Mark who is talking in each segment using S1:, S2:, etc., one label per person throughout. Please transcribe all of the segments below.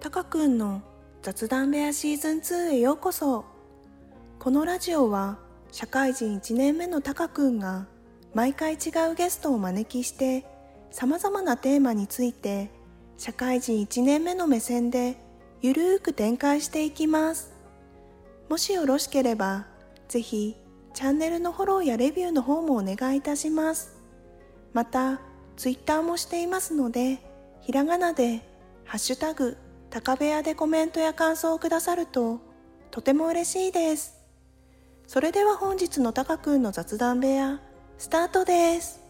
S1: たかくんの雑談部屋シーズン2へようこそこのラジオは社会人1年目のたかくんが毎回違うゲストをお招きしてさまざまなテーマについて社会人1年目の目線でゆるーく展開していきますもしよろしければぜひチャンネルのフォローやレビューの方もお願いいたしますまたツイッターもしていますのでひらがなで「ハッシュタグ高部屋」でコメントや感想をくださるととても嬉しいですそれでは本日のたかくんの雑談部屋スタートです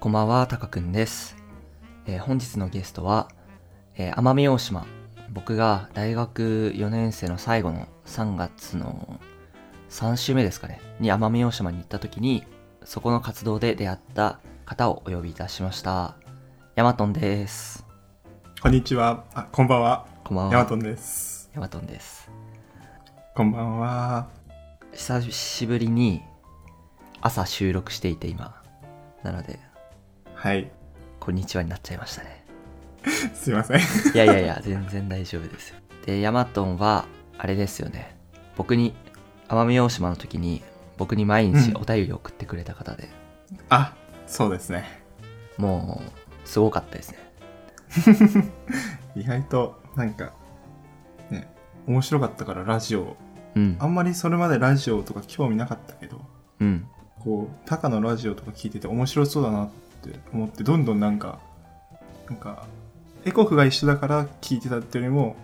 S2: こんばんは、たかくんです。えー本日のゲストは、えー奄美大島。僕が大学4年生の最後の3月の3週目ですかね、に奄美大島に行った時に、そこの活動で出会った方をお呼びいたしました。ヤマトンです。
S3: こんにちは。あ、こんばんは。
S2: こんばんは。
S3: ヤマトンです。
S2: ヤマトンです。
S3: こんばんは。
S2: 久しぶりに朝収録していて今。なので、
S3: はい。
S2: こんにちはになっちゃいましたね。
S3: すいません。
S2: いやいやいや、 全然大丈夫ですよ。で、ヤマトンは、あれですよね。僕に、奄美大島の時に、僕に毎日
S3: うん
S2: お便りを送ってくれた方で、
S3: あ、そうですね。
S2: もう、すごかったですね。
S3: 意外と、なんか、ね、面白かったからラジオ。
S2: うん
S3: あ。んまりそれまでラジオとか興味なかったけど、
S2: うん。
S3: こう、タカのラジオとか聞いてて面白そうだなって思って、どんどんなんか、なんか、エコフが一緒だから聞いてたっていうよりも、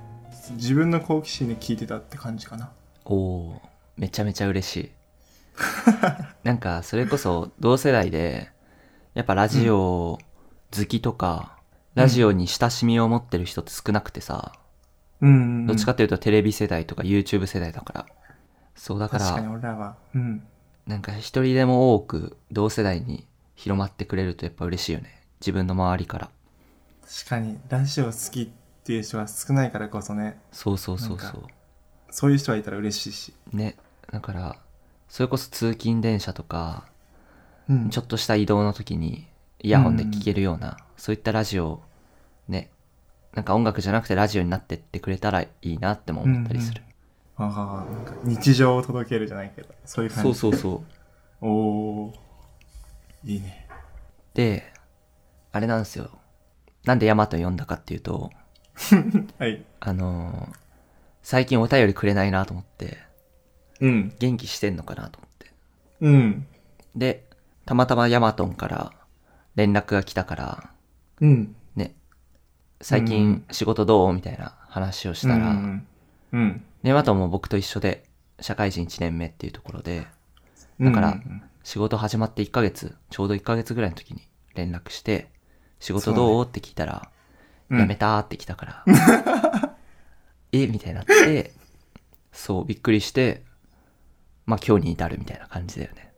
S3: 自分の好奇心で聞いてたって感じかな。
S2: おおめちゃめちゃ嬉し い。なんか、それこそ、同世代で、やっぱラジオ好きとか、
S3: うん
S2: ラジオに親しみを持ってる人って少なくてさ、
S3: うんうんうん。
S2: どっちかっていうとテレビ世代とか YouTube 世代だから。そうだから、
S3: 確かに俺らは。うん。
S2: なんか一人でも多く同世代に広まってくれるとやっぱ嬉しいよね。自分の周りから。
S3: 確かにラジオ好きっていう人が少ないからこそね
S2: そうそうそうそ
S3: なん
S2: う。
S3: そういう人がいたら嬉しいし、
S2: ね。だから、それこそ通勤電車とか、
S3: うん、
S2: ちょ
S3: っ
S2: っとした移動の時にイヤホンで聴けるような、そういったラジオをね、なんか音楽じゃなくてラジオになってってくれたらいいなっても思ったりする。
S3: とああなんか日常を届けるじゃないけどそういう感じ
S2: そうそうそう。
S3: おおいいね
S2: で、あれなんですよ。なんでヤマト呼んだかっていうと、
S3: はい
S2: あのー最近お便りくれないなと思って、
S3: うん
S2: 元気してんのかなと思って。
S3: うん
S2: で、たまたまヤマトンから連絡が来たから、
S3: うん
S2: ね、最近仕事どうみたいな話をしたら、
S3: う
S2: ね、
S3: ん、うん
S2: ヤマトンも僕と一緒で、社会人1年目っていうところで、だから
S3: うん
S2: 仕事始まって1ヶ月、ちょうど1ヶ月ぐらいの時に連絡して、仕事どうって聞いたら、
S3: うん
S2: やめたーって来たから、えみたいになって、そう、びっくりして、まあ今日に至るみたいな感じだよね。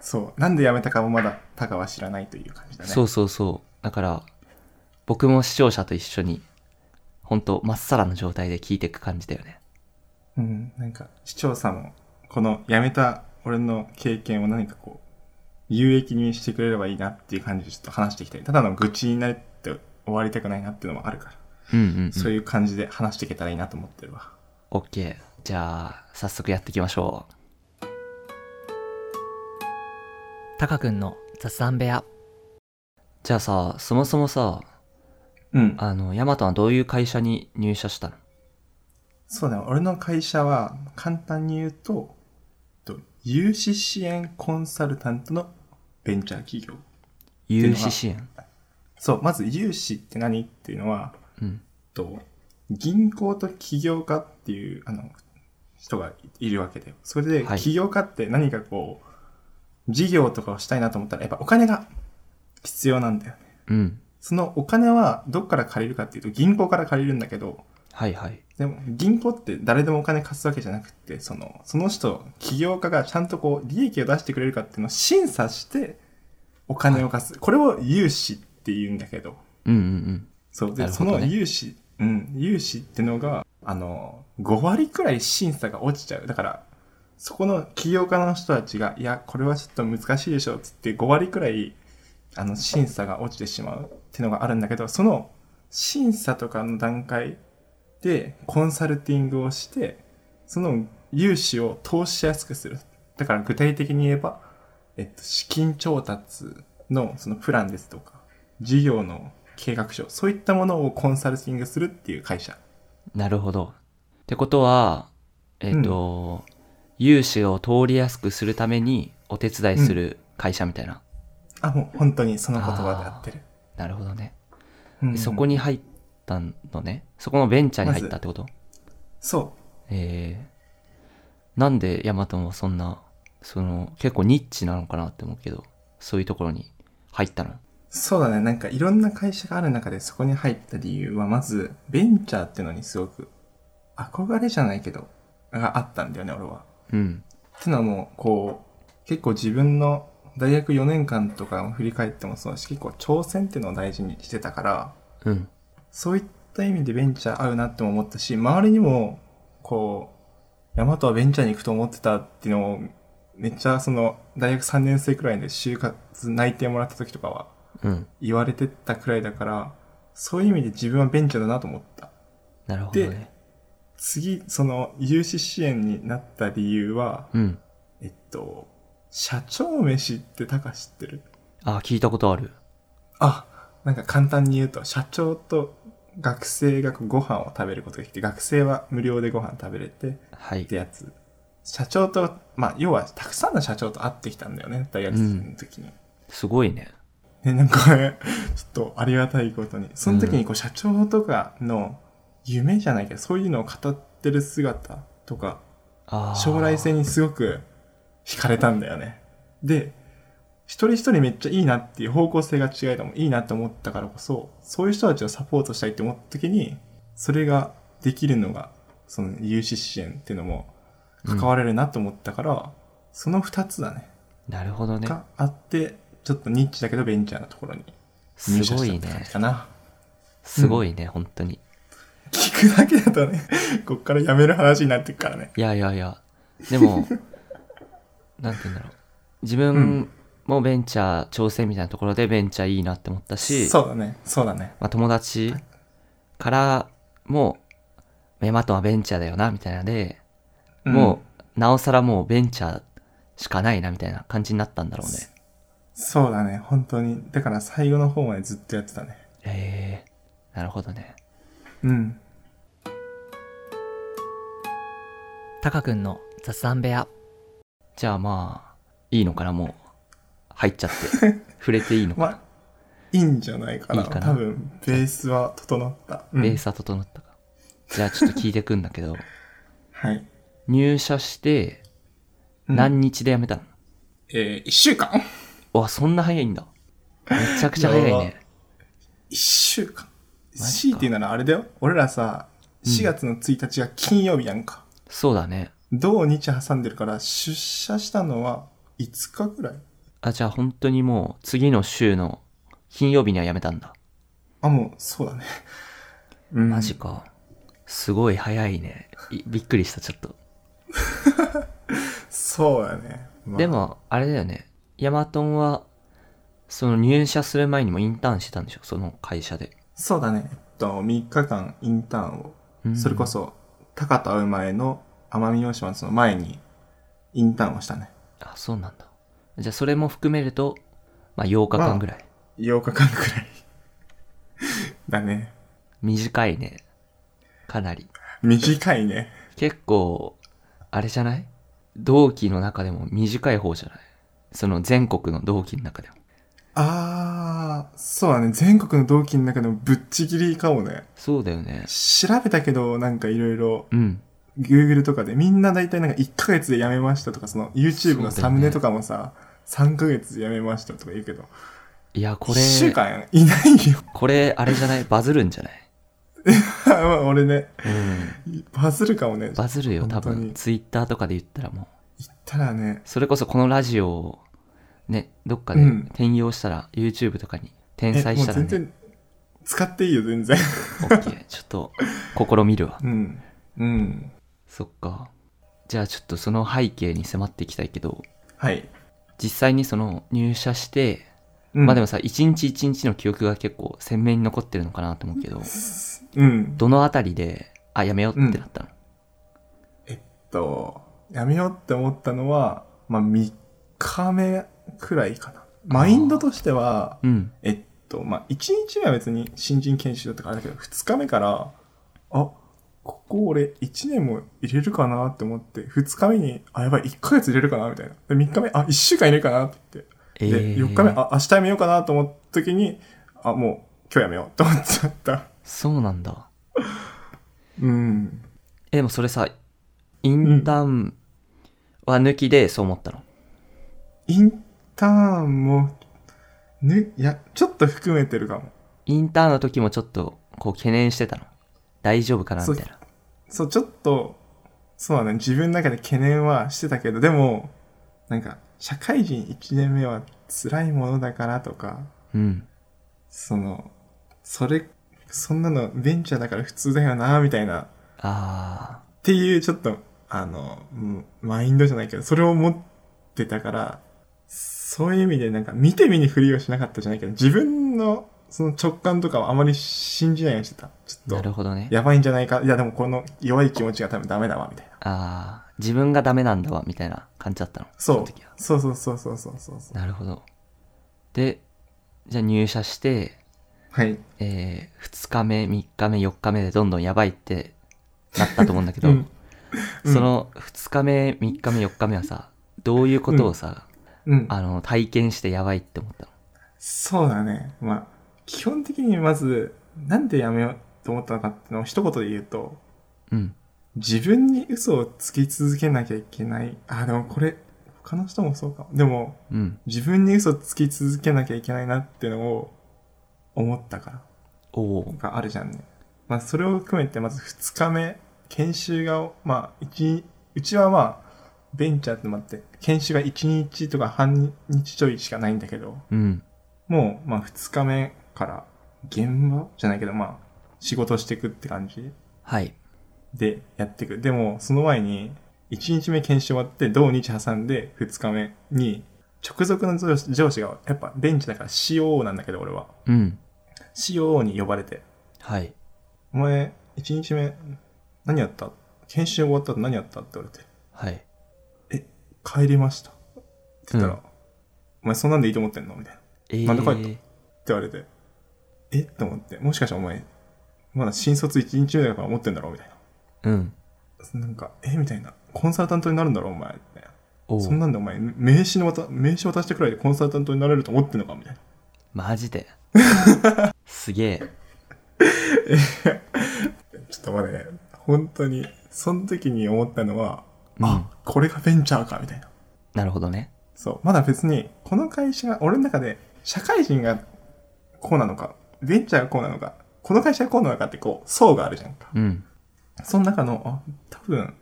S3: そうなんで辞めたかもまだタカは知らないという感じだね
S2: そうそうそう。だから、僕も視聴者と一緒に、ほんと、まっさらの状態で聞いていく感じだよね。
S3: うん、なんか視聴者もこの辞めた俺の経験を何かこう有益にしてくれればいいなっていう感じでちょっと話していきたいただの愚痴になって終わりたくないなっていうのもあるから、
S2: うんうん、うん。
S3: そういう感じで話していけたらいいなと思ってるわ
S2: OK。じゃあ、早速やっていきましょう。
S4: タカ君の雑談部屋
S2: じゃあさ、そもそもさ、
S3: うん
S2: あの、ヤマトはどういう会社に入社したの
S3: そうだね俺の会社は簡単に言うとと融資支援コンサルタントのベンチャー企業
S2: 融資支援。
S3: そうまず融資って何っていうのは
S2: うん。
S3: と、銀行と起業家っていう、あの、人がいるわけだよ。それで、
S2: はい
S3: 起業家って何かこう、事業とかをしたいなと思ったら、やっぱお金が必要なんだよね。
S2: うん。
S3: そのお金はどっから借りるかっていうと、銀行から借りるんだけど、
S2: はいはい。
S3: でも、銀行って誰でもお金貸すわけじゃなくて、その、その人、起業家がちゃんとこう、利益を出してくれるかっていうのを審査して、お金を貸す。これを融資って言うんだけど、
S2: うんうんうん。
S3: そう。で、
S2: なる
S3: そ
S2: ほどね
S3: の融資、うん、融資ってのが、あの、5割くらい審査が落ちちゃう。だから、そこの起業家の人たちが、いや、これはちょっと難しいでしょ、つって5割くらい、あの、審査が落ちてしまうっていうのがあるんだけど、その審査とかの段階でコンサルティングをして、その融資を投資しやすくする。だから具体的に言えば、えっと、資金調達のそのプランですとか、事業の計画書、そういったものをコンサルティングするっていう会社。
S2: なるほど。ってことは、えっ、と、融資を通りやすくするためにお手伝いする会社みたいな。
S3: あ、もう本当にその言葉で合ってる。
S2: なるほどね。
S3: うんうん
S2: そこに入ったのね。そこのベンチャーに入ったってこと、
S3: そ
S2: えー、なんでヤマトもそんな、その、結構ニッチなのかなって思うけど、そういうところに入ったの
S3: う。そうだね。なんかいろんな会社がある中でそこに入った理由は、まず、ベンチャーってのにすごく憧れじゃないけど、があったんだよね、俺は。
S2: うん。
S3: ってのはもう、こう、結構自分の大学4年間とかを振り返ってもそうだし、結構挑戦っていうのを大事にしてたから、
S2: うん。
S3: そういった意味でベンチャー合うなっても思ったし、周りにも、こう、ヤマトはベンチャーに行くと思ってたっていうのを、めっちゃその、大学3年生くらいで就活内定もらった時とかは
S2: うん。
S3: 言われてたくらいだから、そういう意味で自分はベンチャーだなと思った。
S2: なるほどね
S3: で。次、その、融資支援になった理由は、
S2: うん。
S3: えっと、社長飯ってタカ知ってる
S2: あ、聞いたことある。
S3: あ、なんか簡単に言うと、社長と学生がこうご飯を食べることができて、学生は無料でご飯食べれて、
S2: はい
S3: って。やつ。社長と、まあ、要は、たくさんの社長と会ってきたんだよね、大学生の時に。
S2: すごいね。
S3: ね、なんか、ちょっとありがたいことに。その時に、こう、社長とかの夢じゃないけど、そういうのを語ってる姿とか、
S2: ああ。
S3: 将来性にすごく惹かれたんだよね。で、一人一人めっちゃいいなっていう方向性が違いでもいいなって思ったからこそ、そういう人たちをサポートしたいって思った時に、それができるのが、その融資支援っていうのも関われるなと思ったから、その二つだね。
S2: なるほどね。
S3: があって、ちょっとニッチだけどベンチャーなところに
S2: す
S3: 入社
S2: ご
S3: した
S2: い
S3: って感
S2: ね
S3: じ。かな。
S2: すごいね、本当に。
S3: 聞くだけだとね、こっからやめる話になってくからね。
S2: いやいやいや。でも、 なんて言うんだろう。自分もベンチャー挑戦みたいなところでベンチャーいいなって思ったし、
S3: そうだね。そうだね。
S2: まあ、友達からも、メマトンはベンチャーだよな、みたいなので、
S3: うん
S2: もう、なおさらもうベンチャーしかないな、みたいな感じになったんだろうね。
S3: そうだね、本当に。だから最後の方までずっとやってたね。
S2: ええなるほどね。
S3: うん。
S4: タカ君の雑談部屋
S2: じゃあまあ、いいのかな、もう。入っちゃ って。触れていいのかな。
S3: ま、いいんじゃないかな。
S2: いいかな
S3: 多分、ベースは整った。うん
S2: ベースは整ったか。じゃあちょっと聞いてくんだけど、
S3: はい。
S2: 入社して
S3: うん
S2: 何日で辞めたの、
S3: えー、一週間
S2: うわ、そんな早いんだ。めちゃくちゃ早い
S3: いや
S2: ね。
S3: 一週間。
S2: マジか
S3: 強いて言うならあれだよ。俺らさ、4月の1日が金曜日やんか。
S2: そうだね。
S3: 同日挟んでるから、出社したのは5日ぐらい。
S2: あ、じゃあ本当にもう次の週の金曜日には辞めたんだ。
S3: あ、もう、そうだね。うん
S2: マジか。すごい早いね。いびっくりした、ちょっと。
S3: そうだね。まあ
S2: で、も、あれだよね。ヤマトンは、その入社する前にもインターンしてたんでしょその会社で。
S3: そうだね。えっと、3日間インターンを
S2: うん
S3: それこ。そ、高田会う前の奄美大島のその前に、インターンをしたね。
S2: あ、そうなんだ。じゃあそれも含めると、まあ8日間ぐらい。
S3: 8日間くらい。 だね。
S2: 短いね。かなり。
S3: 短いね。
S2: 結構、あれじゃない同期の中でも短い方じゃないその全国の同期の中でも。
S3: あー、そうだね。全国の同期の中でもぶっちぎりかもね。
S2: そうだよね。
S3: 調べたけど、なんかいろいろ、
S2: うん。
S3: Google とかでみんな大体なんか1ヶ月で辞めましたとか、その YouTube の
S2: そうだよね
S3: サムネとかもさ、3ヶ月で辞めましたとか言うけど、
S2: いや、こ
S3: 1週
S2: れ、
S3: 間いないよ。
S2: これ、あれじゃないバズるんじゃない
S3: まあ俺ね、
S2: うん。
S3: バズるかもね。言
S2: バズるよ、多
S3: 本当
S2: 分。
S3: に
S2: ツイッターとかで言ったらもう。
S3: ったらね、
S2: それこそこのラジオを、ね、どっかで
S3: うん
S2: 転用したら、YouTube とかに転
S3: え
S2: 載したら
S3: もう全
S2: ね、
S3: 然使っていいよ全然
S2: OK。ちょっと、試みるわ
S3: う。んうん
S2: そっか。じゃあちょっとその背景に迫っていきたいけど、
S3: はい。
S2: 実際にその入社して、
S3: うん
S2: まあでもさ、一日一日の記憶が結構鮮明に残ってるのかなと思うけど、
S3: うん。
S2: どのあたりで、あ、やめようってなったの、
S3: えっと、やめようって思ったのは、まあ、3日目くらいかな。マインドとしては、
S2: うん。
S3: えっと、まあ、1日目は別に新人研修だったからあれだけど、2日目から、あ、ここ俺1年も入れるかなって思って、2日目に、あ、やばい、1ヶ月入れるかなみたいな。で、3日目、あ、1週間入れるかなって言って。で、4日目、あ、明日やめようかなと思った時に、あ、もう今日やめようと思っちゃった。
S2: そうなんだ。
S3: うん。
S2: え、でもそれさ、インターンは抜きでそう思ったの。
S3: インターンも、ね、いや、ちょっと含めてるかも。
S2: インターンの時もちょっと、こう懸念してたの。大丈夫かなみたいな。
S3: そう、ちょっと、そうだね、自分の中で懸念はしてたけど、でも、なんか、社会人1年目は辛いものだからとか、
S2: うん。
S3: その、それ、そんなのベンチャーだから普通だよな、みたいな、っ
S2: あ
S3: ていうちょっと、あの、うんマインドじゃないけど、それを持ってたから、そういう意味でなんか見て見ぬふりをしなかったじゃないけど、自分のその直感とかはあまり信じないようにしてた。ち
S2: ー、
S3: ょ
S2: な
S3: っ
S2: る
S3: と、
S2: ほどね。
S3: やばいんじゃないか。いや、でもこの弱い気持ちが多分ダメだわ、みたいな。
S2: ああ、自分がダメなんだわ、みたいな感じだったの。
S3: そ
S2: の
S3: う
S2: 時は。
S3: そうそうそうそうそうそうそう。
S2: なるほど。で、じゃあ入社して、
S3: はい。
S2: えー、2日目、3日目、4日目でどんどんやばいってなったと思うんだけど、
S3: うんうん
S2: その2日目、3日目、4日目はさ、どういうことをさ、
S3: うん。
S2: あの、体験してやばいって思ったの
S3: そうだね。まあ、基本的にまず、なんでやめようと思ったのかっていうのを一言で言うと、
S2: うん。
S3: 自分に嘘をつき続けなきゃいけない。あ、でもこれ、他の人もそうかも。でも、
S2: うん。
S3: 自分に嘘をつき続けなきゃいけないなっていうのを思ったから。
S2: おお
S3: があるじゃんね。まあ、それを含めて、まず2日目、研修が、まあ、一、うちはまあ、ベンチャーって待って、研修が1日とか半日ちょいしかないんだけど、
S2: うん。
S3: もう、まあ、2日目から、現場じゃないけど、まあ、仕事していくって感じ
S2: はい。
S3: でやっていく。でも、その前に、1日目研修終わって、同日挟んで、2日目に、直属の上司上司が、やっぱベンチだから COO なんだけど、俺は。
S2: うん。
S3: COO に呼ばれて、
S2: はい。
S3: お前、一日目、何やった研修終わった後何やったって言われて、
S2: はい。
S3: 帰りました。って言ったら、
S2: うん
S3: お前そんなんでいいと思ってんのみたいな。って
S2: えー、
S3: なんで帰った言われて、えと思って、もしかしてお前、まだ新卒一日目だから思ってんだろみたい
S2: うん。
S3: な。なんか、えみたいな。コンサルタントになるんだろお前。みたいな
S2: おお
S3: そんなんでお前、名刺の渡、名刺渡してくらいでコンサルタントになれると思ってんのかみたいな。
S2: マジ で。すげえ。
S3: ちょっとまだね、本当に、その時に思ったのは、
S2: うん。
S3: これがベンチャーかみたいな。
S2: なるほどね。
S3: そう。まだ別に、この会社が、俺の中で、社会人がこうなのか、ベンチャーがこうなのか、この会社がこうなのかってこう、層があるじゃんか。
S2: うん。
S3: その中の、あ、多分、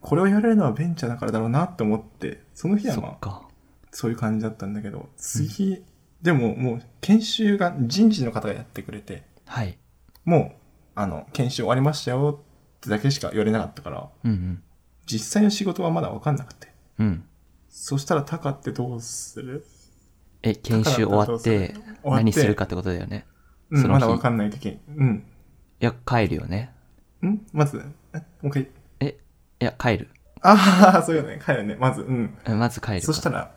S3: これをやれるのはベンチャーだからだろうなって思って、その日は
S2: そ
S3: ま
S2: っ
S3: あ、
S2: か。
S3: そういう感じだったんだけど、次、でももう、研修が人事の方がやってくれて、
S2: はい。
S3: もう、あの、研修終わりましたよってだけしか言われなかったから、
S2: うん
S3: 実際の仕事はまだわかんなくて。
S2: うん。うん。
S3: そしたら、タカってどうする
S2: え、研修終わって
S3: だからだから、
S2: 何するかってことだよね。
S3: うん、
S2: その
S3: ま
S2: 日
S3: だわかんない時に。うん。
S2: いや、帰るよね。
S3: んまず、えもう一回。
S2: え、いや、帰る。
S3: ああ、そういうことね。帰るね。まず、うん。
S2: えまず帰るか。
S3: そしたら、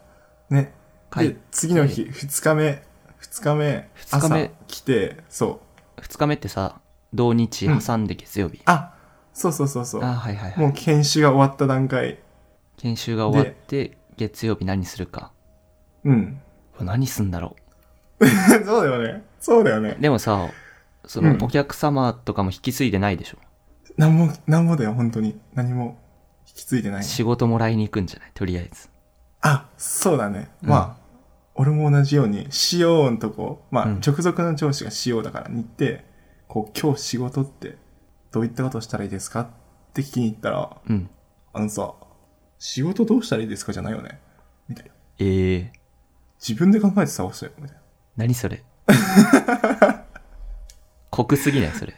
S3: ね。
S2: 帰
S3: で
S2: る。、
S3: 次の日、二日目、二日目、
S2: 二日
S3: 朝
S2: 目
S3: 来て、そう。
S2: 2日目ってさ、同日挟んで月曜日。
S3: あ、そうそうそうそう。
S2: あ、はいはいはい。
S3: もう研修が終わった段階。
S2: 研修が終わって、月曜日何するか。
S3: うん。
S2: うわ何すんだろ
S3: そうだよね。そうだよね
S2: う。。でもさ、そうの
S3: ん
S2: お客様とかも引き継いでないでしょ。
S3: なんも、なんもだよ、本当に。何も引き継いでない。
S2: 仕事もらいに行くんじゃないとりあえず。
S3: あ、そうだね。
S2: うん
S3: まあ、俺も同じように、仕様のとこ、まあ、
S2: うん
S3: 直属の上司が仕様だからに行って、こう、今日仕事って、どういったことしたらいいですかって聞きに行ったら、
S2: うん。
S3: あのさ、仕事どうしたらいいですかじゃないよね。みたいな。
S2: ええー、
S3: 自分で考えて探したよ、みたい
S2: 何そ れ。濃くすぎないそれ。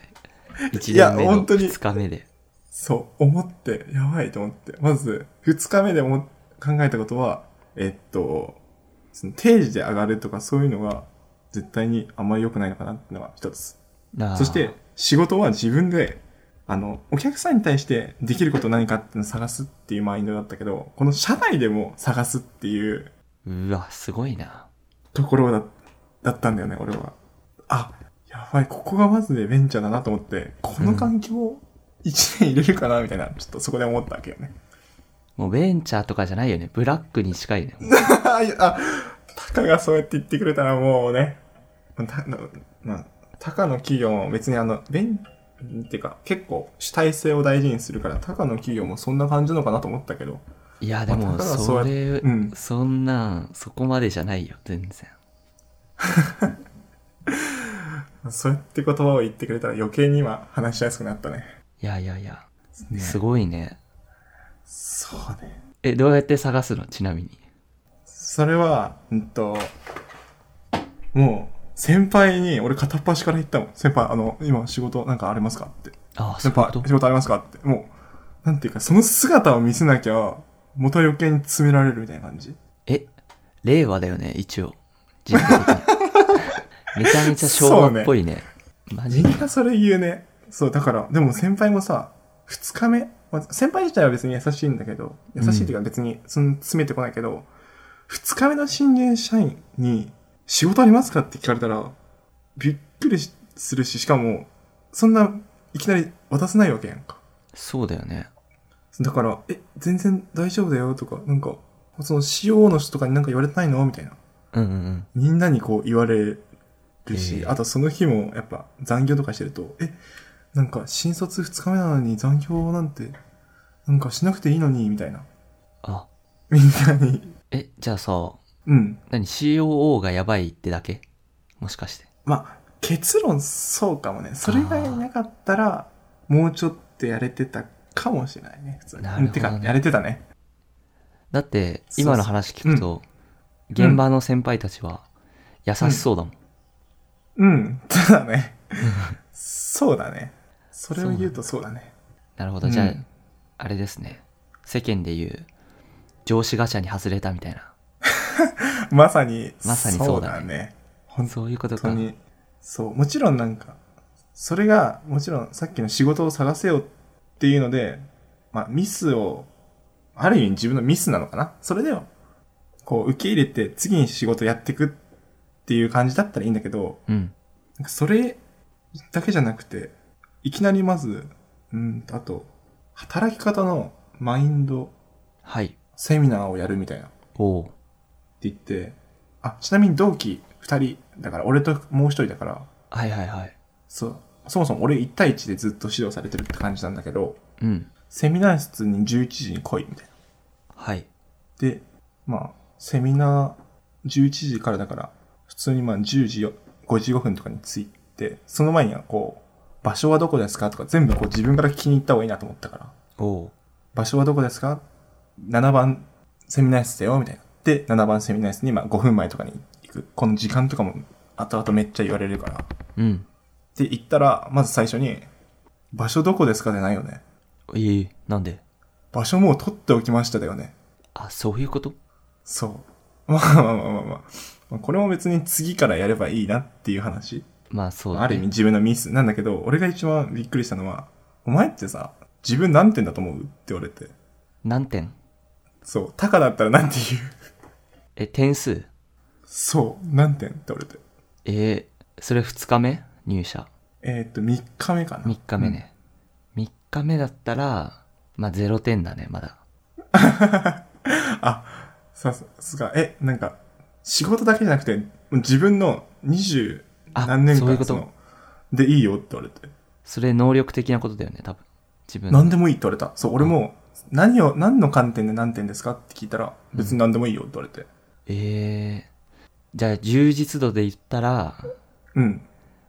S2: 1
S3: いや
S2: 年目の
S3: 本当に
S2: 2日目で。
S3: な。そう、思って、やばいと思って。まず、二日目でも考えたことは、えっと、その定時で上がるとかそういうのが、絶対にあんまり良くないのかなってのが一つ。
S2: あー
S3: そして、仕事は自分で、あの、お客さんに対してできること何かっていうのを探すっていうマインドだったけど、この社内でも探すっていう
S2: うわすごいな
S3: ところだだったんだよね、俺は。あ、やばい、ここがまずね、ベンチャーだなと思って、この環境を1年入れるかな、みたいな、ちょっとそこで思ったわけよね。
S2: もうベンチャーとかじゃないよねブラックに近いね
S3: あ、いやあ、タカがそうやって言ってくれたらもうね、たまあ、タカの企業も別にあの、ベン、っていうか、結構主体性を大事にするから、タカの企業もそんな感じのかなと思ったけど、
S2: いやで
S3: まあ
S2: も
S3: ただ
S2: そ
S3: そう
S2: れ、
S3: うん
S2: そんなんそこまでじゃないよ全然
S3: そうやって言葉を言ってくれたら余計に今話しやすくなったね。
S2: いやいやいや、
S3: ね
S2: すごいね
S3: そうね。
S2: えどうやって探すのちなみに
S3: それは、うんと、もう、先輩に、俺片っ端から言ったもん。先輩、あの、今仕事なんかありますかって。
S2: ああそうい
S3: 先
S2: うこ
S3: 輩
S2: と、
S3: 仕事ありますかって。もう、なんていうか、その姿を見せなきゃ、元は余計に詰められるみたいな感じ。
S2: え令和だよね一応人格的にめちゃめちゃ昭和っぽいねマジ
S3: みんなそれ言うね。そう、だから、でも先輩もさ、二日目、まあ先輩自体は別に優しいんだけど、優しいっていうか別に、その詰めてこないけど、二、日目の新人社員に、仕事ありますかって聞かれたら、びっくりしするし、しかも、そんないきなり渡せないわけやんか。
S2: そうだよね
S3: だから、え、全然大丈夫だよとか、なんか、その CO の人とかになんか言われてないのみたいな。
S2: うんうんうん
S3: みんなにこう言われるし、
S2: ええ
S3: あとその日もやっぱ残業とかしてると、え、なんか新卒2日目なのに残業なんて、なんかしなくていいのに、みたいな。
S2: あ
S3: みんなに。
S2: えじゃあさ
S3: うん。
S2: 何 COO がやばいってだけもしかして
S3: まあ、結論そうかもね。それがいなかったら、もうちょっとやれてたかもしれないね、普通に。
S2: なるほどね
S3: てか、やれてたね。
S2: だって
S3: そう
S2: 今の話聞くと、現場の先輩たちは優しそうだもん、
S3: うん。ただね。そうだね。それを言うとそうだね。
S2: なるほど
S3: うん
S2: じゃあ、あれですね世間で言う上司ガチャに外れたみたいな
S3: まさに、
S2: まさにそうだね
S3: ね。本
S2: そういうこと
S3: 本当
S2: か
S3: にそうもちろんなんかそれがもちろんさっきの仕事を探せよっていうので、まあ、ミスをある意味自分のミスなのかなそれでもこう受け入れて次に仕事やっていくっていう感じだったらいいんだけど
S2: うん
S3: なんかそれだけじゃなくていきなりまずうんあと働き方のマインド
S2: はい
S3: セミナーをやるみたいな
S2: おう
S3: って言ってあちなみに同期2人だから俺ともう1人だから
S2: はいはいはい
S3: そう。そもそも俺1対1でずっと指導されてるって感じなんだけど、
S2: うん
S3: セミナー室に11時に来い、みたいな。
S2: はい
S3: で、まあ、セミナー11時からだから、普通にまあ10時よ55分とかに着いて、その前にはこう、場所はどこですかとか全部こう自分から聞きに行った方がいいなと思ったから、
S2: おう
S3: 場所はどこですか ?7 番セミナー室だよ、みたいな。で、7番セミナー室にまあ5分前とかに行く。この時間とかも後々めっちゃ言われるから。
S2: うん
S3: って言ったら、まず最初に、場所どこですかじゃないよね。
S2: えー、なんで
S3: 場所もう取っておきましただよね。
S2: あそういうこと
S3: そう。 まあまあまあまあまあ。まあ、これも別に次からやればいいなっていう話。
S2: まあそうだ、ね、
S3: ある意味自分のミスなんだけど、俺が一番びっくりしたのは、お前ってさ、自分何点だと思うって言われて。
S2: 何点
S3: そう。タカだったら何て言う
S2: え点数
S3: そう。何点って言われて。
S2: えー、それ2日目入社
S3: えーっと、3日目かな。
S2: 3日目ね、3日目だったらまあ0点だねまだ
S3: あ、さすが、え、なんか、仕事だけじゃなくて、自分の20
S2: あ
S3: 何年間
S2: そういうこと
S3: のでいいよって言われて、
S2: それ能力的なことだよね多分自分の
S3: 何でもいいって言われた。そう、俺も、何を、何の観点で何点ですかって聞いたら、別に何でもいいよって言われて。
S2: えー、じゃあ充実度で言ったら
S3: うん、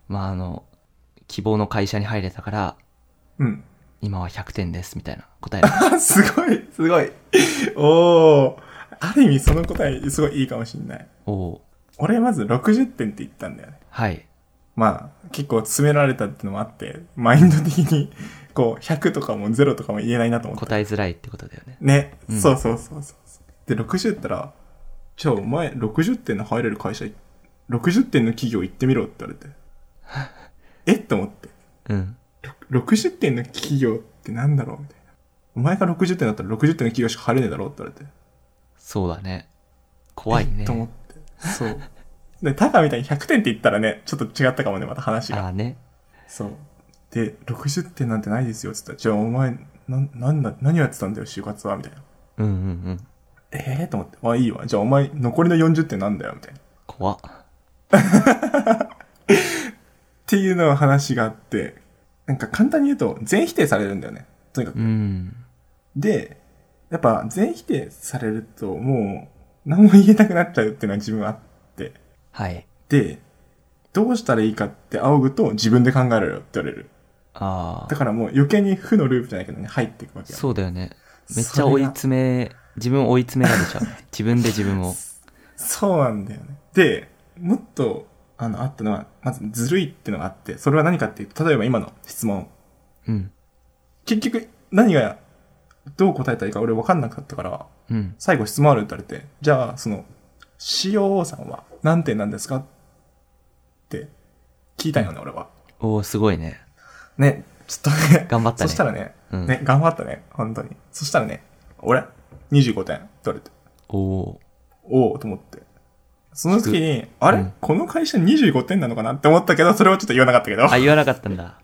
S2: まああの希望の会社に入れたから
S3: うん。
S2: 今は100点ですみたいな 答えだ
S3: あ、すごい、すごい。おー、ある意味その答え、すごいいいかもしんない。
S2: おお
S3: 俺、まず60点って言ったんだよね。
S2: はい
S3: まあ、結構詰められたってのもあって、マインド的に構100とかも0とかも言えないなと思って。
S2: 答えづらいってことだよね。
S3: ね、
S2: うん
S3: そうそうそうそうそう。で、60ったら、じゃあお前60点の入れる会社、60点の企業行ってみろって言われて。 えって思って。
S2: うん。
S3: 60点の企業ってなんだろうみたいな。お前が60点だったら60点の企業しか入れねえだろって言われて。
S2: そうだね。怖いね。
S3: と思って。そう。で、タカみたいに100点って言ったらね、ちょっと違ったかもね、また話
S2: あ
S3: が。
S2: あね。
S3: そう。で、60点なんてないですよ、つったら。じゃあ、お前、な、なんだ、何をやってたんだよ、就活は、みたいな。
S2: うんうんうん。
S3: ええー、と思って。まあいいわ。じゃあ、お前、残りの40点なんだよ、みたいな。っ
S2: 怖って
S3: いうの話があって、なんか簡単に言うと、全否定されるんだよね。とにかく。
S2: うん。
S3: で、やっぱ、全否定されると、もう、何も言えなくなっちゃうっていうのは自分はあって。
S2: はい。
S3: で、どうしたらいいかって仰ぐと、自分で考えろよって言われる。
S2: あ
S3: だ
S2: あ。
S3: からもう余計に負のループじゃないけどね、入っていくわけよ。
S2: そうだよね。めっ
S3: そ
S2: ち
S3: れ
S2: ゃ
S3: が
S2: 追い詰め、自分を追い詰められちゃうね。自分で自 分を。
S3: そうなんだよね。で、もっと、あの、あったのは、まずずるいってのがあって、それは何かっていうと、例えば今の質問。
S2: うん。
S3: 結局、何が、どう答えたらいいか俺分かんなかったから、
S2: うん。
S3: 最後質問あるって言われて、じゃあ、その、CO さんは何点なんですかって聞いたんよね、俺は。
S2: おおすごいね。
S3: ね、ちょっとね。
S2: 頑張ったね
S3: そしたらね、
S2: うん
S3: ね、頑張ったね、本当に。そしたらね、俺、25点って言われて。
S2: おお
S3: おおと思って。その時に、あれ、
S2: うん
S3: この会社25点なのかなって思ったけど、それはちょっと言わなかったけど。
S2: あ、言わなかったんだ。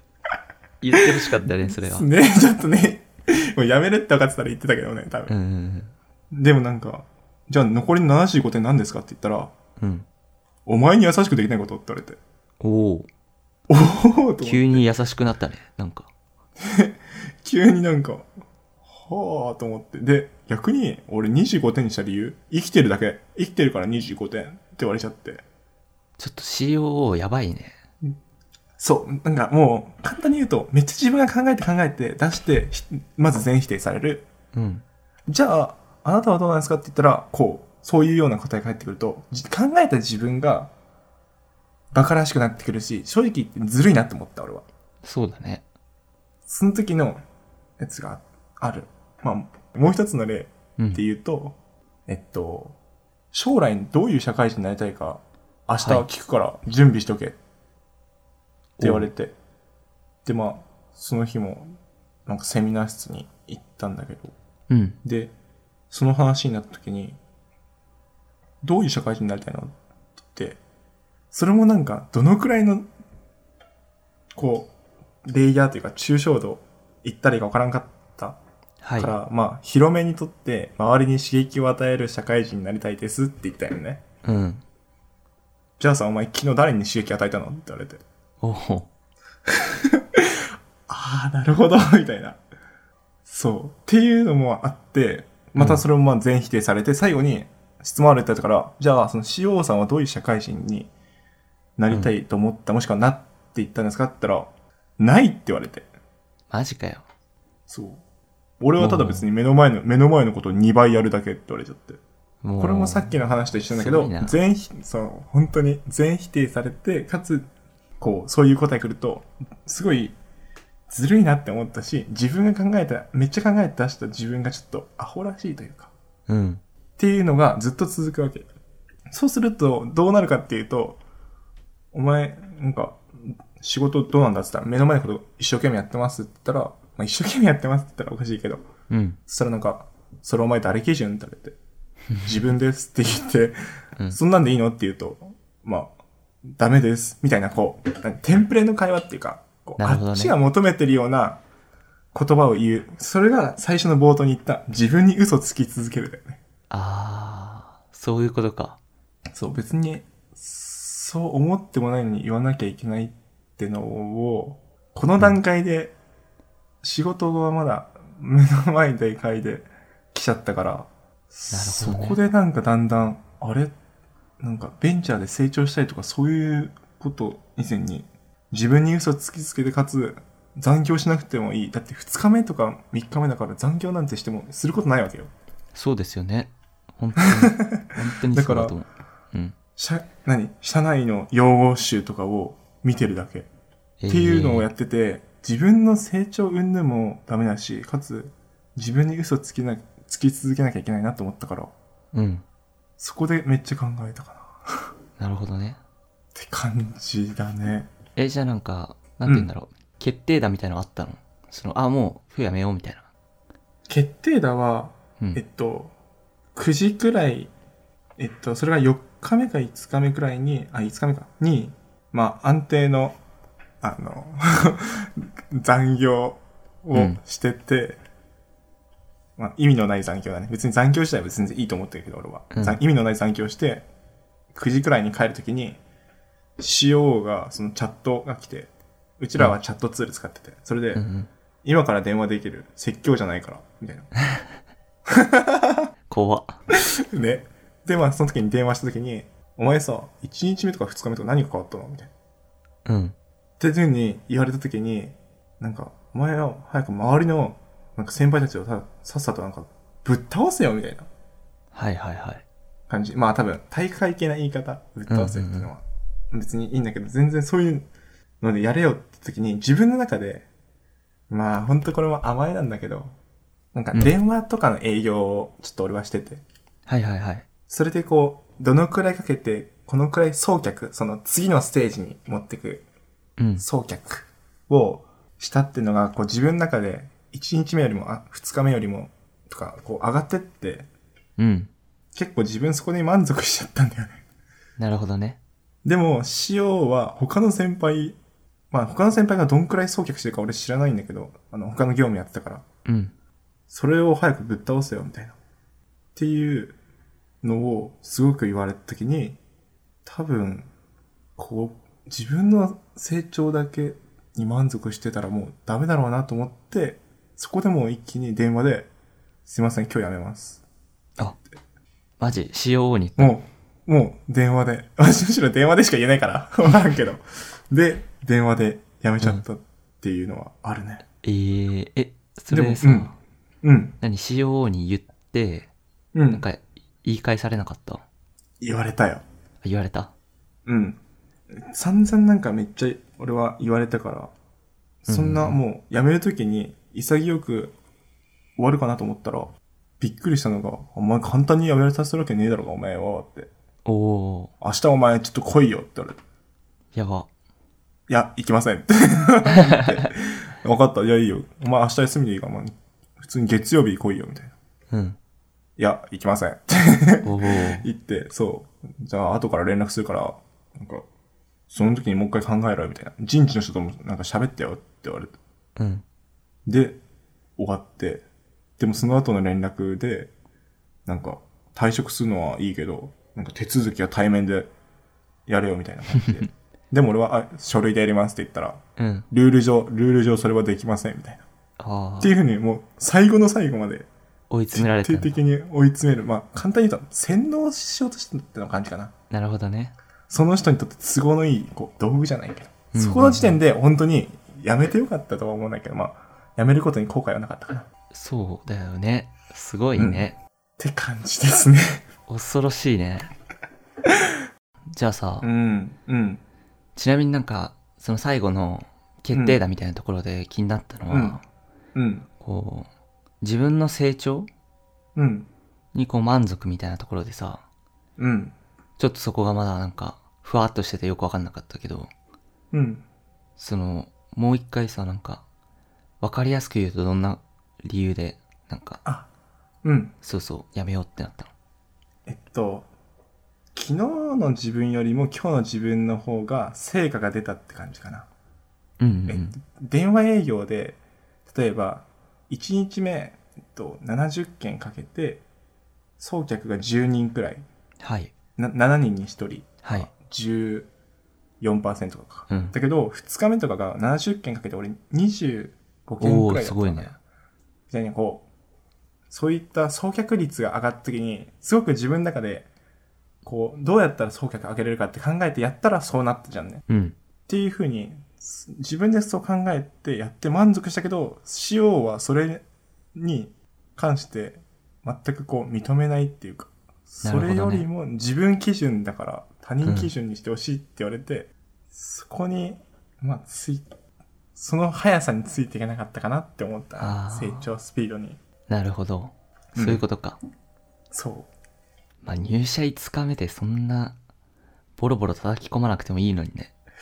S2: 言ってほしかったね、それは。うん
S3: ね、ちょっとね、もうやめるって分かってたら言ってたけどね、多
S2: う
S3: 分。
S2: ん
S3: でもなんか、じゃあ残りの75点何ですかって言ったら、
S2: うん。うん。
S3: お前に優しくできないことって言われて。
S2: おお
S3: おおと思って
S2: 急に優しくなったね。なんか。
S3: 急になんか、はあと思って。で、逆に俺25点にした理由、生きてるだけ。生きてるから25点って言われちゃって。
S2: ちょっと COO やばいね。
S3: そう、なんかもう、簡単に言うと、めっちゃ自分が考えて考えて出して、ひまず全否定される。
S2: うん。
S3: じゃあ、あなたはどうなんですかって言ったら、こう、そういうような答えが返ってくると、じ考えた自分が、馬鹿らしくなってくるし、正直言ってずるいなって思った、俺は。
S2: そうだね。
S3: その時のやつがある。まあ、もう一つの例
S2: う
S3: って
S2: ん。
S3: 言うと、えっと、将来どういう社会人になりたいか、明日は聞くから準備しとけって言われて、で、まあ、その日も、なんかセミナー室に行ったんだけど、
S2: うん。
S3: で、その話になった時に、どういう社会人になりたいのって言って、それもなんか、どのくらいの、こう、レイヤーというか、抽象度、言ったらいいかわからんかった
S2: はい
S3: か。ら、まあ、広めにとって、周りに刺激を与える社会人になりたいですって言ったよね。
S2: うん。
S3: じゃあさ、お前昨日誰に刺激与えたのって言われて。
S2: おお
S3: ああ、なるほど、みたいな。そう。っていうのもあって、またそれもまあ全否定されて、最後に質問あるってやったから、じゃあ、その CO さんはどういう社会人になりたいと思った、もしくはなって言ったんですかって言ったら、ないって言われて。
S2: マジかよ。
S3: そう。俺はただ別に目の前の、目の前のことを2倍やるだけって言われちゃって。
S2: もう。
S3: これもさっきの話と一緒なんだけ
S2: す
S3: ど
S2: ごいな、
S3: 全否、そう、本当に全否定されて、かつ、こう、そういう答え来ると、すごい、ずるいなって思ったし、自分が考えた、めっちゃ考えて出した自分がちょっとアホらしいというか、
S2: うん。
S3: っていうのがずっと続くわけ。そうすると、どうなるかっていうと、お前、なんか、仕事どうなんだって言ったら、目の前のこと一生懸命やってますって言ったら、まあ、一生懸命やってますって言ったらおかしいけど、
S2: うん。
S3: そしたらなんか、それお前誰基準って言われて、自分ですって言って、
S2: うん
S3: そんなんでいいのって言うと、まあ、ダメです、みたいな、こう、なんかテンプレの会話っていうか、こう
S2: なるほどね
S3: あっちが求めてるような言葉を言う。それが最初の冒頭に言った、自分に嘘つき続けるだよね。
S2: ああ、そういうことか。
S3: そう、別に、そう思ってもないのに言わなきゃいけないってのを、この段階で、仕事はまだ目の前で書いて来ちゃったから、そ
S2: どね
S3: こでなんかだんだん、あれなんかベンチャーで成長したりとかそういうこと以前に、自分に嘘つきつけてかつ、残業しなくてもいい。だって2日目とか3日目だから残業なんてしてもすることないわけよ。
S2: そうですよね。本当 に。本当にそうだと思う。うん。
S3: 社、何社内の用語集とかを見てるだけ。
S2: えー
S3: っていうのをやってて、自分の成長云々もダメだし、かつ、自分に嘘つきな、つき続けなきゃいけないなと思ったから、
S2: うん。
S3: そこでめっちゃ考えたかな。っ
S2: なるほどね。
S3: て感じだね。
S2: え、じゃあなんか、なんて言うんだろう。決定打みたいなのあったのその、あ、もう、ふやめようみたいな。
S3: 決定打は、
S2: う
S3: えっ
S2: ん。
S3: と、9時くらい、えっと、それが4日目か5日目くらいに、あ、5日目か、に、まあ、安定の、あの、 残業
S2: う
S3: を
S2: ん
S3: してて、まあ、意味のない残業だね。別に残業自体は全然いいと思ってるけど、俺は。
S2: うん
S3: ざん意味のない残業して、9時くらいに帰るときに、CO が、そのチャットが来て、うちらはチャットツール使ってて、それで、
S2: うんうん。
S3: 今から電話できる、説教じゃないから、みたいな。
S2: 怖っ。
S3: ね。で、まあ、その時に電話した時に、お前さ、1日目とか2日目とか何が変わったのみたいな。
S2: うん。
S3: っていうふうに言われた時に、なんか、お前は早く周りの、なんか先輩たちをたさっさとなんか、ぶっ倒せよみたいな
S2: はいはいはい。
S3: 感じ。まあ、多分、体育会系な言い方、ぶっ倒せっていうのは、別にいいんだけど、全然そういうのでやれよって時に、自分の中で、まあ、ほんとこれも甘えなんだけど、なんか
S2: うん
S3: 電話とかの営業をちょっと俺はしてて、
S2: はいはいはい。
S3: それでこう、どのくらいかけて、このくらい送客、その次のステージに持ってく
S2: うん。
S3: 送客をしたっていうのが、こう自分の中で1日目よりも、あ、2日目よりも、とか、こう上がってって、
S2: うん。
S3: 結構自分そこに満足しちゃったんだよね。
S2: なるほどね。
S3: でも、塩は他の先輩、まあ他の先輩がどんくらい送客してるか俺知らないんだけど、あの他の業務やってたから、
S2: うん。
S3: それを早くぶっ倒せよ、みたいな。っていうのをすごく言われたときに、多分、こう、自分の成長だけに満足してたらもうダメだろうなと思って、そこでもう一気に電話で、すいません、今日やめます。
S2: あ、マジ、CO に。
S3: もう、もう電話で、 私むしろ電話でしか言えないから、 わからんけど。で、電話でやめちゃったっていうのはあるね。
S2: えー、え、それ
S3: でも
S2: さ、
S3: うん。
S2: 何、CO に言って、
S3: う
S2: なん
S3: ん。
S2: か、言い返されなかったあ
S3: 言われたよ。
S2: 言われた
S3: うん。散々なんかめっちゃ俺は言われたから、そんなもう辞めるときに潔く終わるかなと思ったら、びっくりしたのが、お前簡単に辞めさせるわけねえだろうが、お前は、って。
S2: おお
S3: 明日お前ちょっと来いよって言われて。
S2: ーやば。
S3: いや、行きませんって。 分かった、いやいいよ。お前明日休みでいいから、お前普通に月曜日来いよ、みたいな。い
S2: うん。
S3: や、行きませんって
S2: おお
S3: 言って、そう。じゃあ、後から連絡するから、なんか、その時にもう一回考えろよ、みたいな。人事の人ともなんか喋ってよって言われて。
S2: うん。
S3: で、終わって。でもその後の連絡で、なんか、退職するのはいいけど、なんか手続きは対面でやれよ、みたいな感じで。でも俺は、あ、書類でやりますって言ったら、
S2: うん。
S3: ルール上、ルール上それはできません、みたいな。
S2: あ
S3: って
S2: あ、
S3: いうふうに、もう、最後の最後まで、
S2: 追い詰められた
S3: 徹
S2: ん
S3: 底
S2: だ。
S3: 的に追い詰める。まあ、簡単に言うと、洗脳しようとしてるっての感じかな。
S2: なるほどね。
S3: その人にとって都合のいいこう道具じゃないけど、
S2: うん
S3: そこの時点で本当にやめてよかったとは思うんだけど、まあ、やめることに後悔はなかったかな。っ
S2: そうだよね。すごいね。
S3: て感じですね。
S2: 恐ろしい ね。じゃあさ、
S3: うん、うん、
S2: ちなみになんか、その最後の決定打みたいなところで気になったのは、
S3: うんうん、
S2: こう、自分の成長
S3: うん、
S2: にこう満足みたいなところでさ、
S3: うん、
S2: ちょっとそこがまだなんか、ふわっとしててよくわかんなかったけど、
S3: うん。
S2: その、もう一回さ、なんか、わかりやすく言うとどんな理由で、なんか、
S3: うん
S2: そうそう、やめようってなったの。
S3: えっと、昨日の自分よりも今日の自分の方が成果が出たって感じかな。
S2: うんう
S3: えっ
S2: ん
S3: と、電話営業で、例えば、1日目、えっと、70件かけて、送客が10人くらい、
S2: はい。
S3: な7人に1人。
S2: はい。
S3: 14%とかか、
S2: うん
S3: だけど2日目とかが70件かけて俺25件
S2: お
S3: く
S2: お
S3: ら
S2: ー
S3: いだった
S2: すごいね。
S3: みたいにこうそういった送客率が上がった時にすごく自分の中でこうどうやったら送客上げれるかって考えてやったらそうなったじゃんね
S2: うん。
S3: っていう風にす自分でそう考えてやって満足したけど CO はそれに関して全くこう認めないっていうか、
S2: な
S3: そ
S2: るほど
S3: れ
S2: ね
S3: よりも自分基準だから他人基準にしてほしいって言われて、そこにまあついその速さについていけなかったかなって思った
S2: あー
S3: 成長スピードに
S2: なるほど。そういうことか。
S3: そ
S2: まあ入社5日目でそんな、ボロボロ叩き込まなくてもいいのにね。
S3: う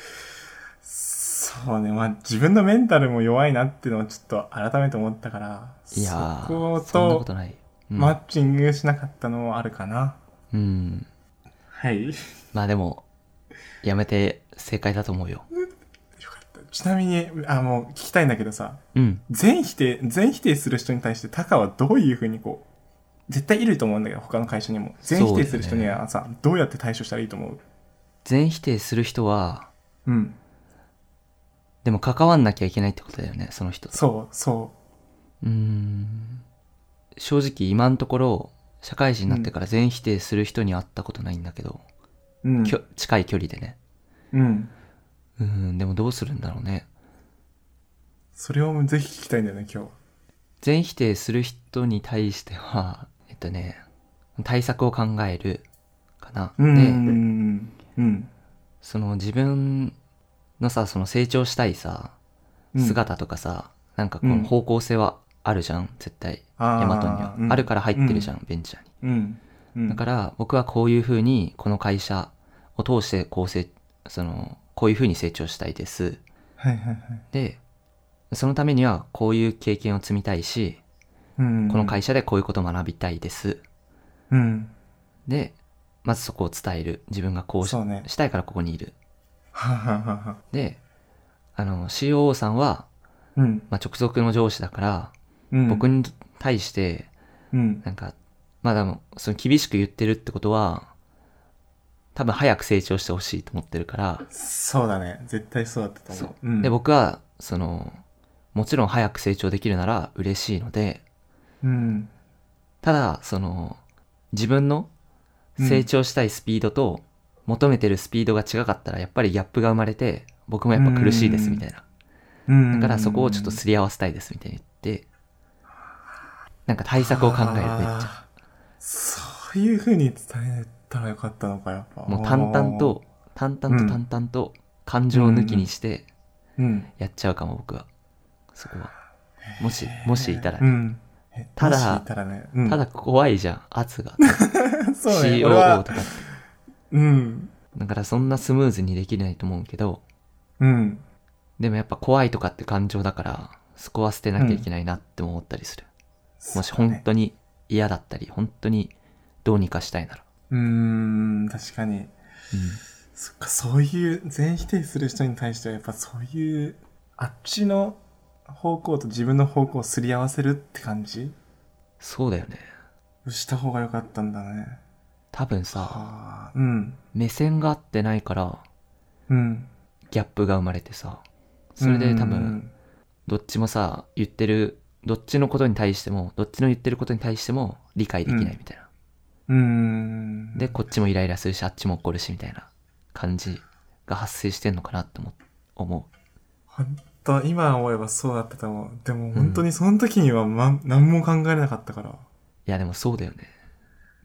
S3: そうねまあ自分のメンタルも弱いなっていうのをちょっと改めて思ったから
S2: いや
S3: そ
S2: ー、
S3: こ
S2: そんなこととない。うん、
S3: マッチングしなかったのはあるかな、
S2: うん。
S3: はいよ
S2: まあでも、やめて正解だと思うよ。
S3: かったちなみにあもう聞きたいんだけどさ
S2: うん。
S3: 全否定全否定する人に対してタカはどういうふうにこう絶対いると思うんだけど他の会社にも全否定する人にはさ、どうやって対処したらいいと思う
S2: 全否定する人は、
S3: うん
S2: でも関わんなきゃいけないってことだよね、その人と。
S3: そうそう
S2: うーん。正直今のところ、社会人になってから全否定する人に会ったことないんだけど、
S3: うん
S2: きょ近い距離でね。
S3: うん
S2: うーん、でもどうするんだろうね。
S3: それをぜひ聞きたいんだよね今日
S2: 全否定する人に対しては、 えっとね、対策を考えるかな。
S3: うんう
S2: で、
S3: んうん
S2: その自分のさ、その成長したいさ、
S3: うん
S2: 姿とかさ、なんかこ
S3: う
S2: の
S3: ん
S2: 方向性はあるじゃん、絶対。
S3: あー
S2: ヤマトには
S3: う。ん
S2: あるから入ってるじゃん、ベンチャーに。
S3: うんうん
S2: だから僕はこういうふうにこの会社を通してこうせそのこういうふうに成長したいです
S3: はいはいはい
S2: でそのためにはこういう経験を積みたいし
S3: うん
S2: この会社でこういうことを学びたいです、
S3: うん
S2: でまずそこを伝える自分がこうし
S3: そうね
S2: したいからここにいる
S3: はははは
S2: であの COO さんは、
S3: うん
S2: まあ、直属の上司だから、
S3: うん
S2: 僕に対して
S3: うん
S2: なんかまあでもその厳しく言ってるってことは多分早く成長してほしいと思ってるから
S3: そうだね絶対そうだったと思ううん
S2: で僕はそのもちろん早く成長できるなら嬉しいので
S3: うん
S2: ただその自分の成長したいスピードと求めてるスピードが違かったらやっぱりギャップが生まれて僕もやっぱ苦しいですみたいな
S3: うん
S2: だからそこをちょっとすり合わせたいですみたいに言ってなんか対策を考えるめっちゃ
S3: あーそういうふうに伝えたらよかったのかやっぱ
S2: もう淡々と淡々と淡々と感情抜きにして
S3: うん
S2: やっちゃうかも僕はそこはもしもしいたら
S3: う
S2: ね
S3: んえ
S2: ただ
S3: もしいたらねうん
S2: ただ怖いじゃん圧が
S3: そうね俺
S2: COO
S3: は
S2: とかって
S3: うん
S2: だからそんなスムーズにできないと思うけど、
S3: うん
S2: でもやっぱ怖いとかって感情だから、そこは捨てなきゃいけないなって思ったりする。もし
S3: そうね
S2: 本当に嫌だったり、本当にどうにかしたいなら。
S3: うーん、確かに。そっか、そういう、全否定する人に対しては、やっぱそういう、あっちの方向と自分の方向をすり合わせるって感じ
S2: そうだよね。
S3: した方が良かったんだね。
S2: 多分さ、
S3: ああ、うん、
S2: 目線が合ってないから、
S3: うん。
S2: ギャップが生まれてさ、それで多
S3: う
S2: 分、
S3: ん、
S2: どっちもさ、言ってる、どっちのことに対しても、どっちの言ってることに対しても理解できないみたいな。
S3: うん。
S2: で、こっちもイライラするし、あっちも怒るし、みたいな感じが発生してんのかなって思思う。
S3: 本当今思えばそうだったと思う。でも本当にその時には、ま、何も考えれなかったから、
S2: いや、でもそうだよね。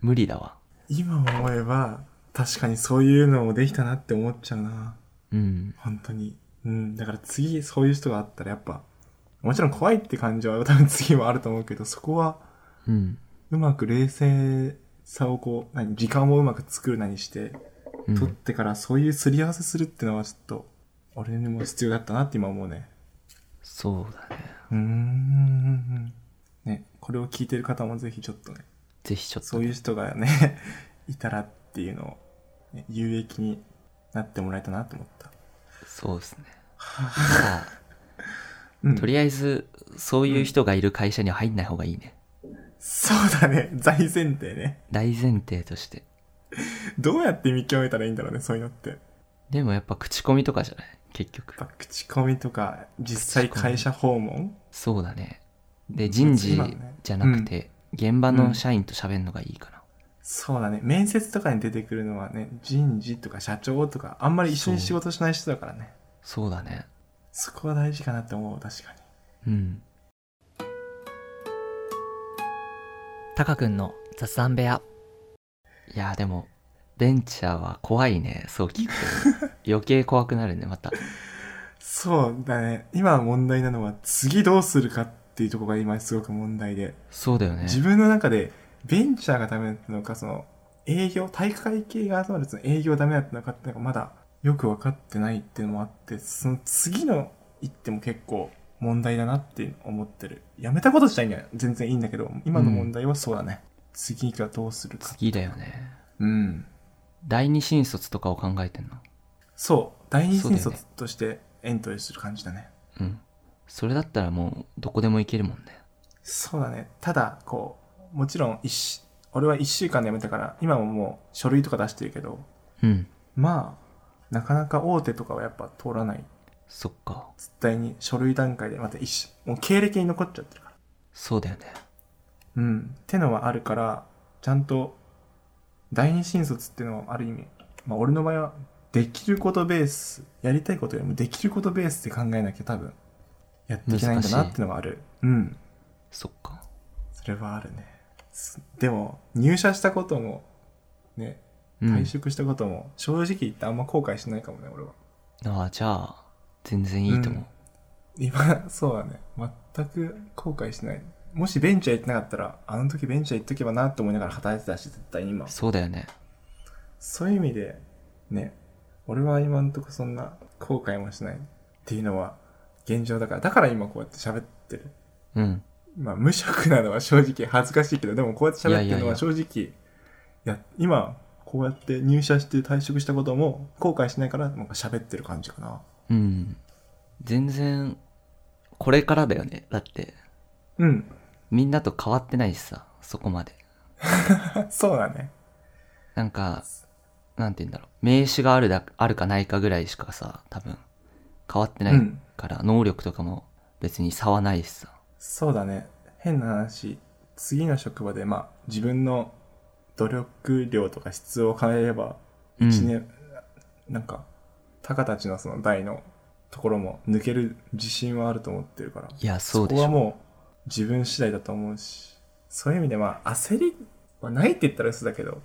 S2: 無理だわ。
S3: 今思えば、確かにそういうのもできたなって思っちゃうな。
S2: うん。
S3: 本当に。うん。だから次、そういう人があったらやっぱ、もちろん怖いって感じは多分次もあると思うけど、そこは
S2: うん。
S3: うまく冷静さをこう、何、時間もうまく作るなにして、
S2: う
S3: 取っ
S2: ん、
S3: てからそういうすり合わせするってのはちょっと、俺にも必要だったなって今思うね。
S2: そうだね。
S3: うーん。ね、これを聞いてる方もぜひちょっとね、
S2: ぜひちょっと
S3: そういう人がね、いたらっていうのを、ね、有益になってもらえたなと思った。
S2: そうですね。さ
S3: う
S2: あ、
S3: ん
S2: とりあえず、そういう人がいる会社には入んない方がいいね。
S3: そうだね。財前提ね。
S2: 大前提として。
S3: どうやって見極めたらいいんだろうね、そういうのって。やっ
S2: でもやっぱ口コミとかじゃない結局。
S3: ぱ口コミとか、実際会社訪問
S2: そうだね。で、人事
S3: 今ね
S2: じゃなくて、現場の社員と喋るのがいいかな。
S3: そうだね。面接とかに出てくるのはね、人事とか社長とか、あんまり一緒に仕事しない人だからね。
S2: そうだね。
S3: そこは大事かなって思う、確かに。
S2: うん。
S4: タカ君の雑談部屋
S2: いや、でも、 ベンチャーは怖いね。そう聞くと。余計怖くなるね、また。
S3: そうだね。今問題なのは次どうするかっていうところが今すごく問題で、
S2: そうだよね
S3: 自分の中でベンチャーがダメだったのか、その営業、体育会系が集まるその営業がダメだったのかっていうのがまだよく分かってないっていうのもあって、その次の一手も結構問題だなって思ってる。やめたこと自体には全然いいんだけど、今の問題はそうだね。次がどうするか。
S2: 次だよね
S3: うん。
S2: 第二新卒とかを考えてんの
S3: そう。第二
S2: そうだ
S3: 新
S2: よね
S3: 卒としてエントリーする感じだね。
S2: うんそれだったらもうどこでも行けるもんね
S3: そうだね。ただ、こう、もちろん一し、俺は1週間で辞めたから、今ももう書類とか出してるけど、
S2: うん
S3: まあ、なかなか大手とかはやっぱ通らない。
S2: そっか
S3: 絶対に書類段階でまた一し、もう経歴に残っちゃってるから。
S2: そうだよね
S3: うん。ってのはあるから、ちゃんと、第二新卒っていうのはある意味、まあ俺の場合は、できることベース、やりたいことよりもできることベースで考えなきゃ多分、やっていけないんだなっていうのがある。うん。
S2: そっか
S3: それはあるね。すでも、入社したことも、ね、
S2: うん
S3: 退職したことも、正直言ってあんま後悔しないかもね、俺は。
S2: ああじゃあ全然いいと思う、
S3: うん今、そうだね。全く後悔しない。もしベンチャー行ってなかったら、あの時ベンチャー行っとけばなって思いながら働いてたし、絶対に今。
S2: そうだよね
S3: そういう意味で、ね、俺は今んとこそんな後悔もしないっていうのは現状だから、だから今こうやって喋ってる。
S2: うん
S3: まあ、無職なのは正直恥ずかしいけど、でもこうやって喋ってるのは正直、いや今、こうやって入社して退職したことも後悔しないから、なんか喋ってる感じかな。
S2: うん全然これからだよねだって
S3: うん。
S2: みんなと変わってないしさそこまで
S3: そうだね。
S2: なんかなんて言うんだろう名刺があるだあるかないかぐらいしかさ多分変わってな
S3: う
S2: い
S3: ん
S2: から、能力とかも別に差はないしさ
S3: そうだね。変な話。次の職場で、まあ、自分の努力量とか質を変えれば、
S2: うん
S3: 一年、なんか、タカたちのその代のところも抜ける自信はあると思ってるから。
S2: いやそうでし
S3: こは
S2: ょ
S3: もう自分次第だと思うし、そういう意味でまあ焦りはないって言ったら嘘だけど、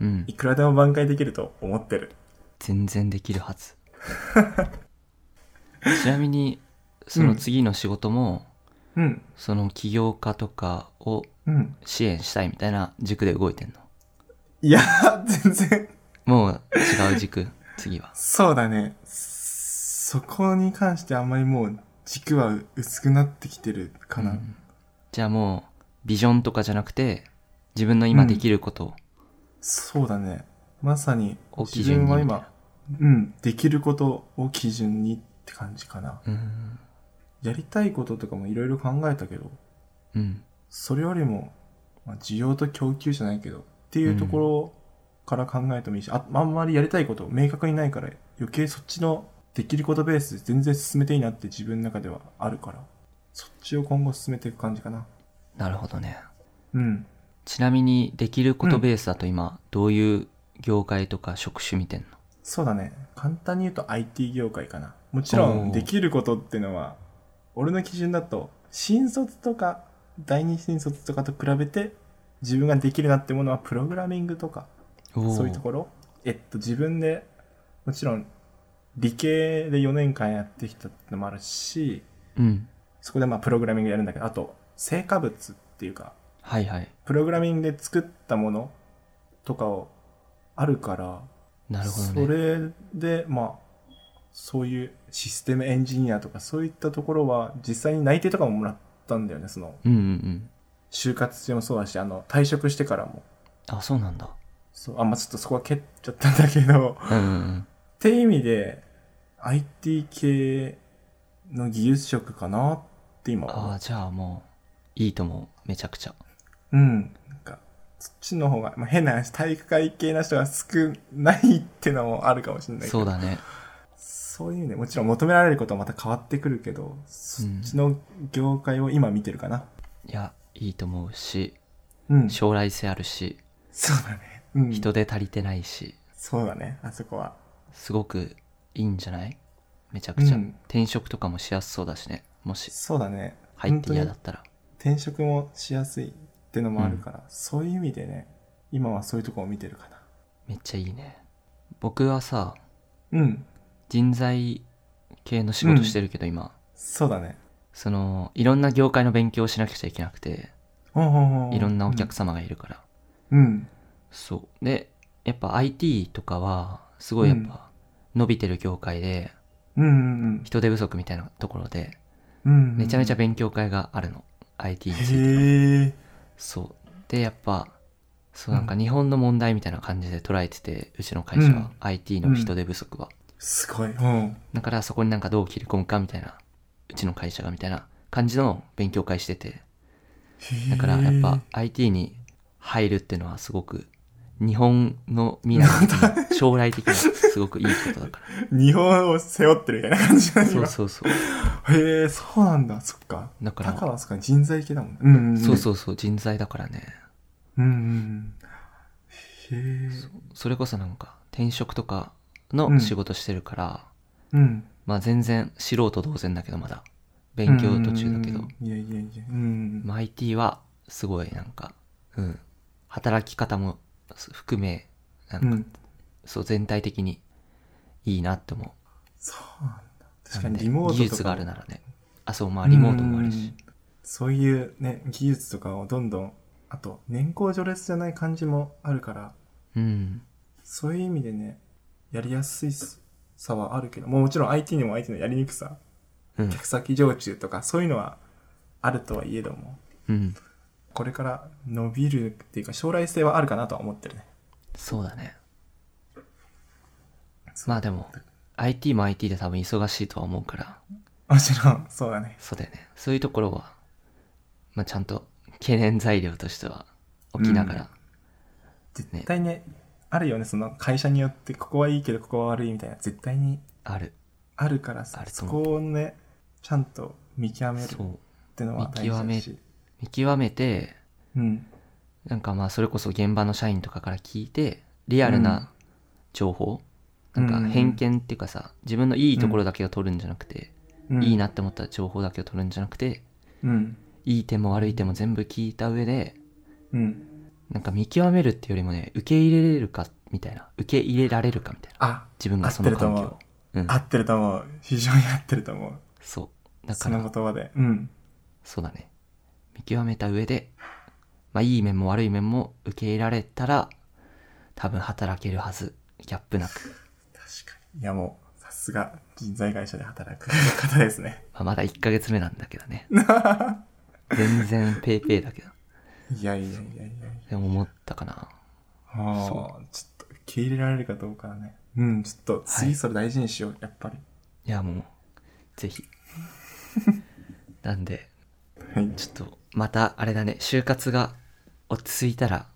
S2: うん
S3: いくらでも挽回できると思ってる。
S2: 全然できるは ずちなみにその次の仕事も、
S3: うん。
S2: その起業家とかを
S3: うん。
S2: 支援したいみたいな軸で動いてんの
S3: いや、全然、
S2: もう違う軸次は
S3: そうだね。そこに関してあんまりもう軸は薄くなってきてるかな。
S2: うんじゃあもうビジョンとかじゃなくて自分の今できること
S3: そうだね。まさに
S2: を基
S3: 自
S2: 準
S3: 分
S2: に
S3: は
S2: みたい
S3: 今、うん、できることを基準にって感じかな。
S2: なうん
S3: やりたいこととかもいろいろ考えたけど、
S2: うん
S3: それよりも、まあ、需要と供給じゃないけど、っていうところから考えてもいいし、ああんまりやりたいこと明確にないから、余計そっちのできることベースで全然進めていいなって自分の中ではあるから、そっちを今後進めていく感じかな。
S2: なるほどね
S3: うん。
S2: ちなみにできることベースだと今どういう業界とか職種見てんの
S3: そうだね。簡単に言うと IT 業界かな。もちろ
S2: おー
S3: んできることってのは、俺の基準だと、新卒とか第二新卒とかと比べて、自分ができるなってものはプログラミングとか、
S2: おー
S3: そういうところえっと、自分で、もちろん、理系で4年間やってきたってのもあるし、
S2: うん
S3: そこでまあ、プログラミングやるんだけど、あと、成果物っていうか、
S2: はいはい
S3: プログラミングで作ったものとかを、あるから、
S2: なるほど
S3: そ
S2: ね
S3: れで、まあ、そういうシステムエンジニアとか、そういったところは、実際に内定とかももらったんだよね、その、
S2: うんうんうん
S3: 就活中もそうだし、あの、退職してからも。
S2: あそうなんだ
S3: そう、あ、まあ、ちょっとそこは蹴っちゃったんだけど、
S2: うんうんうん
S3: って意味で IT 系の技術職かなって今
S2: ああ
S3: は
S2: じゃあもういいと思うめちゃくちゃ
S3: うんなんかそっちの方が、まあ、変な話体育会系な人が少ないってのもあるかもしれないけど
S2: そうだね
S3: そういうねもちろん求められることはまた変わってくるけどそっちの業界を今見てるかな、
S2: いやいいと思うし
S3: うんそう
S2: 将来性あるし
S3: だね、うん、
S2: 人手足りてないし
S3: そうだねあそこは
S2: すごくいいんじゃないめちゃくちゃ、
S3: うん
S2: 転職とかもしやすそうだしねもし
S3: そうだね
S2: 入って嫌だ
S3: 本当に
S2: ったら
S3: 転職もしやすいってのもあるから、そういう意味でね今はそういうところを見てるかな
S2: めっちゃいいね僕はさ
S3: うん
S2: 人材系の仕事してるけど、今。
S3: そうだね。
S2: その、いろんな業界の勉強をしなくちゃいけなくて、
S3: ほうほうほう
S2: いろんなお客様がいるから。
S3: うん。
S2: そう。で、やっぱ IT とかは、すごいやっぱ、伸びてる業界で、
S3: うんうん
S2: 人手不足みたいなところで、
S3: うん。うん。
S2: めちゃめちゃ
S3: 便
S2: 勉強会があるの。IT について。
S3: 利。へえ。
S2: そう。で、やっぱ、そうなんか日本の問題みたいな感じで捉えてて、うちの会社
S3: う
S2: は
S3: ん、
S2: IT の人手不足は。
S3: すごい。うん。
S2: だからそこになんかどう切り込むかみたいな、うちの会社がみたいな感じの勉強会してて、だからやっぱ IT に入るっていうのはすごく、日本の未来的な、将来 的なすごくいいことだか
S3: へえ日本を背負ってるみたいな感じだ
S2: ら。
S3: ね
S2: そう
S3: 今
S2: そうそう。
S3: へえ、そうなんだ。そっか。
S2: だか
S3: タカ
S2: ら、
S3: はそっか、人材系だもんね。うんんん
S2: そうそうそう、人材だからね。
S3: うんうんうん。へえ。
S2: それこそなんか転職とかの
S3: ん
S2: 仕事してるから、
S3: うん。
S2: まあ全然素人同然だけどまだ勉強途中だけど、
S3: うんいやいやいや。うん。
S2: まあ IT はすごいなんか、うん、働き方も含めなん
S3: う
S2: か、
S3: ん。
S2: そう全体的にいいなって思
S3: そうなんだ。
S2: う
S3: 確か
S2: なん
S3: に
S2: で
S3: リモートとか。
S2: 技術があるならねあそうまあリモートもある
S3: うんうんう
S2: し
S3: んそういうね、技術とかをどんどん、あと、年功序列じゃない感じもあるから、
S2: うん、
S3: そういう意味でね、やりやすいさはあるけど、もうもちろん IT にも IT のやりにくさ、
S2: うん
S3: 客先常駐とか、そういうのはあるとはいえども、
S2: うん、
S3: これから伸びるっていうか、将来性はあるかなとは思ってるね。
S2: そうだねまあでも IT も IT で多分忙しいとは思うから
S3: もちろん、そうだね。
S2: そうだよね。そういうところは、まあ、ちゃんと懸念材料としては起きながら、
S3: 絶対ね、あるよね、その会社によって、ここはいいけど、ここは悪いみたいな、絶対に
S2: ある。
S3: あるからさ
S2: あ、ると
S3: そ
S2: 思う
S3: こをね、ちゃんと見極めるっ
S2: そう。
S3: てのは大事だ
S2: 見
S3: し
S2: 極。見極めて、
S3: うん。
S2: なんかまあそれこそ現場の社員とかから聞いて、リアルな情報、
S3: うん
S2: なんか偏見っていうかさ、自分のいいところだけを取るんじゃなくて、
S3: うん
S2: いいな。って思った情報だけを取るんじゃなくて、
S3: うん。
S2: いい点も悪い点も全部聞いた上で、
S3: うん。
S2: なんか見極めるっていうよりもね、受け入れれるかみたいな、受け入れられるかみたいな。
S3: あ、
S2: 自分がその環
S3: 合ってると
S2: 境
S3: 思。
S2: うん
S3: 合、ってると思う。非常に合ってると思う。
S2: そう。だ
S3: そ
S2: から
S3: の、言葉で。うん。
S2: そうだね。見極めた上で、まあ、いい面も悪い面も受け入れられたら、多分働けるはず。ギャップなく。
S3: 確かに。いやもう、さすが人材会社で働く方ですね。
S2: まあ、まだ1ヶ月目なんだけど ね。全然ペーペーだけど。
S3: いやいやいやいやいや。
S2: でも思ったかな。
S3: ああ、ちょっと受け入れられるかどうかはね。うん、ちょっと次それ大事にしよう、やっぱり。
S2: いや、もう、ぜひ。なんで、
S3: はい。
S2: ちょっと、また、あれだね、就活が落ち着いたら、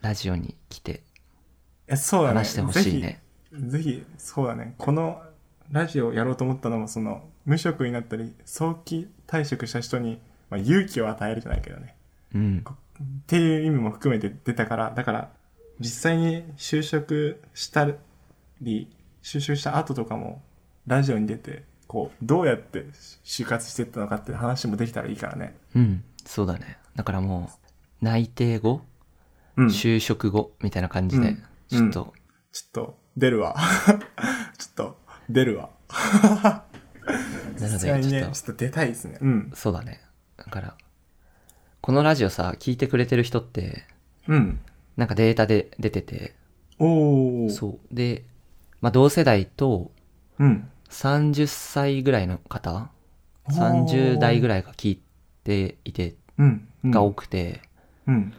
S2: ラジオに来て
S3: え、そうだね。
S2: 話してほしいね。
S3: ぜひ。ぜひ、そうだね。このラジオをやろうと思ったのも、その、無職になったり、早期退職した人に、まあ、勇気を与えるじゃないけどね。
S2: うん。
S3: っていう意味も含めて出たから、だから、実際に就職したり、就職した後とかも、ラジオに出て、こう、どうやって就活してったのかっていう話もできたらいいからね。
S2: うん。そうだね。だからもう、内定後
S3: うん。ちょ
S2: 就職後みたいな感じで、
S3: うん
S2: ちょっと、
S3: っと、出るわ。 ちょっと、出るわ。
S2: な
S3: さ
S2: の
S3: すが
S2: で
S3: に
S2: ち
S3: ね、
S2: ょ
S3: ちょ
S2: っ
S3: っ
S2: と
S3: と出たいですね。うん。
S2: そうだねだからこのラジオさ聞いてくれてる人って
S3: うん。
S2: なんかデータで出てて
S3: おお。
S2: そうで、まあ、同世代と
S3: うん。
S2: 30歳ぐらいの方30代ぐらいが聞いていて
S3: うん。うん
S2: が多くて、
S3: うん。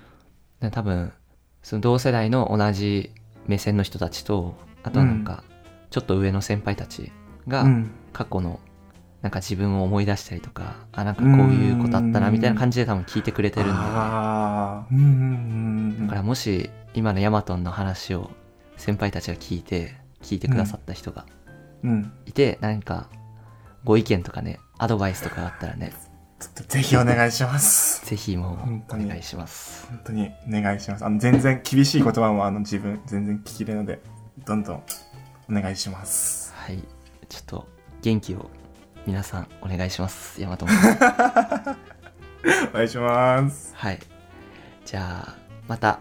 S2: で多分その同世代の同じ目線の人たちとあとはなんかちょっと上の先輩たちが、
S3: うん。
S2: 過去のなんか自分を思い出したりとかあなんかこういうことあったなみたいな感じで多分聞いてくれてるんだよね
S3: ああ。うんうんうん。
S2: だからもし今のヤマトンの話を先輩たちが聞いて聞いてくださった人が
S3: うん。
S2: いて、なんかご意見とかねアドバイスとかあったらね
S3: ちょっとぜひお願いします。
S2: ぜひも
S3: 本
S2: う
S3: 当
S2: お
S3: に
S2: 願いします
S3: 本当にお願いします。あの、全然厳しい言葉もあの自分、全然聞きれるので、どんどんお願いします。
S2: はいちょっと元気を皆さんお願いしますヤマトン
S3: お願いします。
S2: はいじゃあまた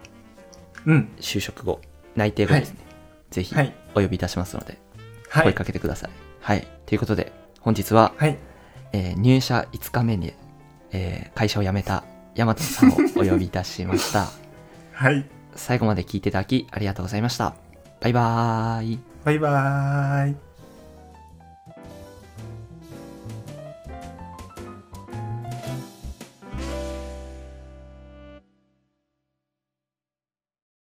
S3: うん。
S2: 就職後内定後ですね、ぜひ
S3: はい
S2: お呼びいたしますので、
S3: は
S2: 声
S3: い。
S2: かけてください。はい。ということで、本日は、
S3: はい。
S2: えー入社5日目に、えー会社を辞めた山田さんをお呼びいたしま した。
S3: はい。
S2: 最後まで聞いていただきありがとうございました。バイバーイ。
S3: バイバーイ。